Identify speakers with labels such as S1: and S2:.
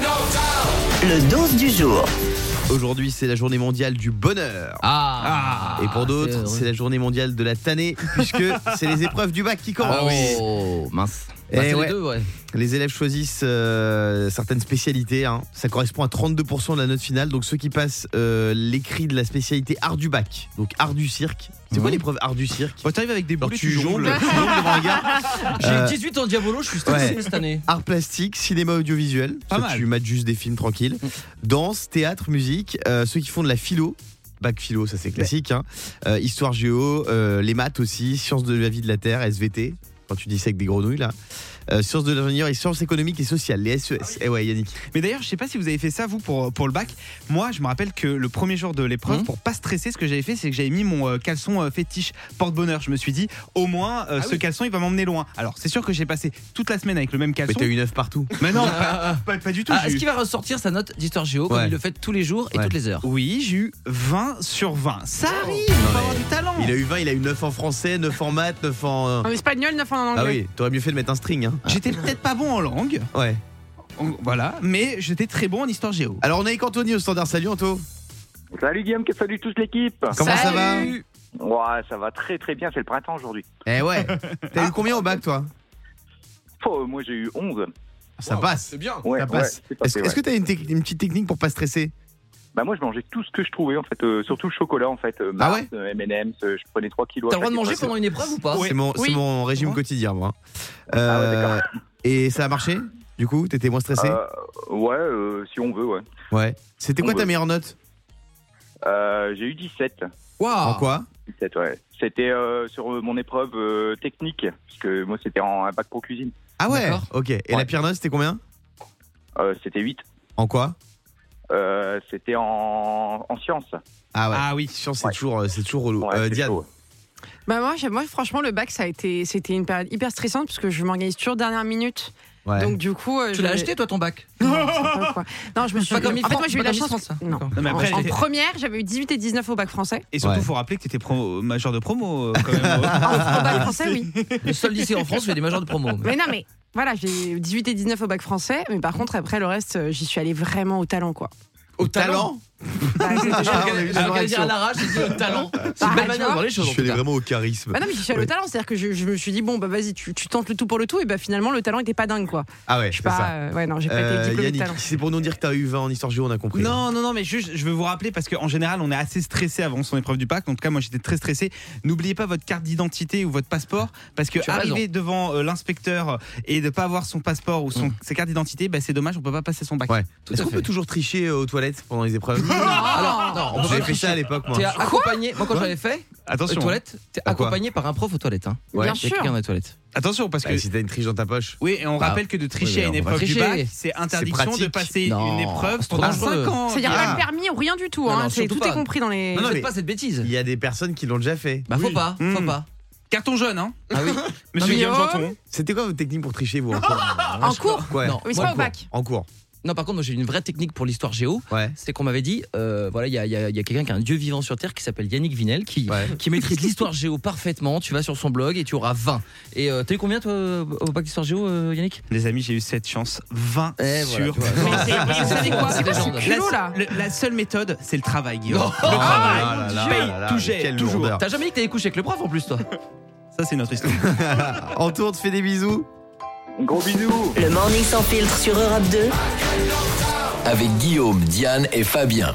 S1: Le 12 du jour.
S2: Aujourd'hui, c'est la journée mondiale du bonheur.
S3: Ah,
S2: Et pour d'autres, c'est la journée mondiale de la tannée, puisque c'est les épreuves du bac qui commencent.
S3: Oh mince.
S2: Eh
S3: Bah, c'est
S2: ouais.
S3: les deux, ouais.
S2: Les élèves choisissent euh, certaines spécialités. hein. Ça correspond à 32% de la note finale. Donc ceux qui passent euh, l'écrit de la spécialité art du bac, donc art du cirque. C'est quoi
S3: Mhm.
S2: l'épreuve art du cirque
S4: Bah, t'arrives avec des
S2: Alors
S4: boules,
S2: tu jongles, tu jongles devant un gars.
S3: J'ai
S2: Euh,
S3: 18 en diabolo, je suis stressé
S2: stressé ouais.
S3: cette année.
S2: Art plastique, cinéma audiovisuel.
S4: Pas
S2: Ça,
S4: mal.
S2: Tu mates juste des films tranquilles. Danse, théâtre, musique. Euh, ceux qui font de la philo. Bac philo, ça c'est classique. hein. Euh, histoire géo, euh, les maths aussi, sciences de la vie de la terre, SVT. Quand tu dis ça avec des grenouilles là. Euh, sciences de l'ingénieur et sciences économiques et sociales, les SES. Eh ouais, Yannick.
S4: Mais d'ailleurs, je sais pas si vous avez fait ça vous pour, pour le bac. Moi, je me rappelle que le premier jour de l'épreuve,
S3: Mhm.
S4: pour pas stresser, ce que j'avais fait, c'est que j'avais mis mon euh, caleçon euh, fétiche porte-bonheur. Je me suis dit, au moins, euh,
S3: Ah
S4: ce
S3: oui.
S4: caleçon, il va m'emmener loin. Alors, c'est sûr que j'ai passé toute la semaine avec le même
S2: Mais
S4: caleçon.
S2: t'as une œuf partout.
S4: Mais non,
S3: Ah,
S4: pas, pas du tout.
S3: ah,
S4: j'ai
S3: Est-ce
S4: eu-
S3: qu'il va ressortir sa note d'histoire géo comme
S2: Ouais.
S3: il le fait tous les jours et
S2: Ouais.
S3: toutes les heures
S4: Oui, j'ai eu 20 sur 20. Ça arrive, il
S2: Non,
S4: faut
S2: mais
S4: avoir du talent.
S2: Il a eu 20, il a eu 9 en français, 9 en maths, 9 en. euh,
S5: En espagnol, 9 en anglais.
S2: Ah oui, t'aurais mieux fait de mettre un string. Hein.
S4: J'étais peut-être pas bon en langue,
S2: Ouais.
S4: en- voilà, mais j'étais très bon en histoire géo.
S2: Alors on est avec Anthony au standard. Salut Anto.
S6: Salut Guillaume, salut toute l'équipe.
S2: Comment ça va
S5: Salut.
S6: Ouais, ça va très très bien, c'est le printemps aujourd'hui.
S2: Eh ouais. T'as eu combien au bac toi
S6: Oh, moi j'ai eu 11.
S2: Ça passe.
S3: bien.
S6: Ouais,
S2: Ça passe.
S6: ouais, c'est
S2: Est-ce
S6: passé,
S2: est-ce
S6: ouais.
S2: que t'as une, tec- une petite technique pour pas stresser
S6: Bah moi je mangeais tout ce que je trouvais en fait, euh, surtout le chocolat en fait, euh,
S2: Ah
S6: Mars, euh, M&M's, euh, je prenais 3 kilos.
S3: T'as le droit
S6: à
S3: de
S6: chaque
S3: manger
S6: fois.
S3: pendant une épreuve ou pas
S2: C'est mon, c'est
S5: Oui.
S2: mon régime
S4: Ouais.
S2: quotidien, moi.
S6: Ah
S2: Euh,
S6: ouais, d'accord.
S2: et ça a marché Du coup, t'étais moins stressé
S6: Euh, ouais, euh, si on veut, ouais.
S2: Ouais. C'était quoi
S6: on
S2: ta
S6: veut.
S2: meilleure note
S6: Euh, j'ai eu 17.
S3: Waouh.
S2: En quoi
S6: 17 ouais. C'était euh, sur euh, mon épreuve euh, technique, parce que moi c'était en un bac pro cuisine.
S2: Ah ouais
S3: D'accord.
S2: Ok. Et la
S6: Ouais.
S2: pire note, c'était combien
S6: Euh, c'était 8.
S2: En quoi
S6: Euh, c'était en, en sciences.
S2: Ah ouais.
S4: Ah oui.
S2: Science, c'est
S6: Ouais.
S2: toujours, euh, c'est toujours relou.
S6: Ouais,
S2: Euh,
S6: c'est
S2: Diane,
S6: chaud.
S5: Bah moi, j'ai- moi, franchement, le bac, ça a été, c'était une période hyper stressante parce que je m'organise toujours dernière minute.
S2: ouais.
S5: Donc du coup, euh,
S3: Tu
S5: je-
S3: l'as acheté toi ton bac
S5: Non, c'est pas quoi. Non, je me suis.
S3: Pas comme
S5: en fait, moi, j'ai eu la chance. Non.
S4: Non, mais après,
S5: en, en
S4: elle était-
S5: première, j'avais eu 18 et 19 au bac français.
S4: Et surtout,
S2: Ouais.
S4: faut rappeler que t'étais pro- major de promo euh, quand même.
S5: Au
S2: Ah,
S5: bac français, oui.
S3: Le seul lycée en France fait des majors de promo.
S5: Mais non, mais voilà, j'ai eu 18 et 19 au bac français. Mais par contre, après le reste, euh, j'y suis allée vraiment au talent, quoi.
S2: au talent,
S5: Bah, c'était-
S2: Ah,
S3: Alors
S2: on a vu
S3: qu'elle-
S2: la
S3: alors qu'elle dit
S2: réaction.
S3: à l'arrache, elle dit au talent. C'est une
S5: Bah,
S3: belle manière
S5: tu
S3: de
S5: vois.
S3: voir les choses. en tout cas.
S2: au charisme.
S5: Bah non, mais j'y suis allée
S2: Ouais.
S5: au talent. C'est-à-dire que je, je me suis dit, bon, bah vas-y, tu, tu tentes le tout pour le tout. Et bah finalement, le talent était pas dingue, quoi.
S2: Ah ouais,
S5: Je
S2: c'est
S5: sais pas.
S2: ça.
S5: euh, ouais, non, j'ai pas
S2: Euh,
S5: été diplômée de
S2: Yannick,
S5: talent.
S2: c'est pour nous dire que t'as eu 20 en histoire géo, on a compris.
S4: Non, non, non, mais juste, je veux vous rappeler parce qu'en général, on est assez stressé avant son épreuve du pack. En tout cas, moi, j'étais très stressé. N'oubliez pas votre carte d'identité ou votre passeport parce que
S3: Tu as
S4: arriver devant euh, l'inspecteur et de pas avoir son passeport ou
S3: Mmh.
S4: son, sa carte d'identité, bah, c'est dommage, on peut pas passer son bac.
S2: Ouais.
S3: Tout
S2: Est-ce
S3: à
S2: qu'on
S3: fait.
S2: peut toujours tricher euh, aux toilettes pendant les épreuves
S3: Alors, non, on peut
S2: J'ai
S3: pas
S2: fait ça à l'époque, moi. Bah,
S3: T'es accompagné. Moi, quand je l'avais fait, aux
S4: Attention,
S3: toilettes, t'es
S2: À hein. quoi
S3: accompagné par un prof aux toilettes. hein.
S2: Ouais.
S5: Bien
S3: Il y a
S5: sûr.
S3: quelqu'un dans les toilettes.
S4: hein. attention parce que.
S2: Bah, si t'as une triche dans ta poche.
S4: oui, et on
S3: Bah,
S4: rappelle que de tricher à
S3: oui,
S4: une
S3: on va
S4: épreuve du
S3: tricher.
S4: bac, c'est interdiction
S2: pratique.
S4: de passer
S3: Non,
S4: une épreuve
S3: c'est trop
S4: pendant
S3: dangereux.
S4: 5 ans.
S5: C'est-à-dire
S2: Ah.
S5: pas le permis ou rien du tout.
S3: Non,
S5: hein,
S3: non,
S5: c'est-
S3: surtout
S5: tout
S3: pas.
S5: est compris dans les.
S3: Non, non,
S2: mais-
S3: faites pas cette bêtise.
S2: Il y a des personnes qui l'ont déjà fait.
S3: Bah, faut pas, faut
S4: Mm.
S3: pas.
S4: Carton jaune, hein,
S3: Ah oui
S4: monsieur
S5: mais
S4: Guillaume
S5: oh.
S4: Janton.
S2: C'était quoi votre technique pour tricher, vous en cours
S5: En cours
S2: Ouais.
S3: Non,
S5: Mais c'est
S3: moi,
S5: pas
S3: en
S5: au
S3: cours.
S5: bac.
S2: En cours.
S3: Non, par contre, moi j'ai une vraie technique pour l'histoire géo.
S2: Ouais.
S3: C'est qu'on m'avait dit, euh, voilà, il y a, il y a- il y a quelqu'un qui est un dieu vivant sur Terre qui s'appelle Yannick Vinel qui,
S2: Ouais.
S3: qui maîtrise l'histoire géo parfaitement. Tu vas sur son blog et tu auras 20. Et euh, t'as eu combien toi au bac d'histoire géo, euh, Yannick
S4: Les amis, j'ai eu cette chance. 20
S3: Eh, voilà,
S4: sur
S3: tu vois.
S4: 20.
S5: Mais c'est- mais vous savez quoi
S3: C'est
S5: C'est
S3: légendaire.
S5: culot,
S4: La,
S5: là.
S4: le- la seule méthode, c'est le travail, Guillaume.
S3: Oh.
S4: le
S2: Oh
S4: travail, Ah
S2: là là
S4: tu
S2: là
S4: payes,
S2: là là,
S4: tout
S2: mais
S4: gère,
S2: quelle
S4: toujours.
S2: lourdeur.
S3: T'as jamais dit que t'allais coucher avec le prof en plus, toi
S4: Ça, c'est notre histoire.
S2: Anto, on te fait des bisous.
S6: Gros bisous
S1: Le morning sans filtre sur Europe 2.
S7: avec Guillaume, Diane et Fabien.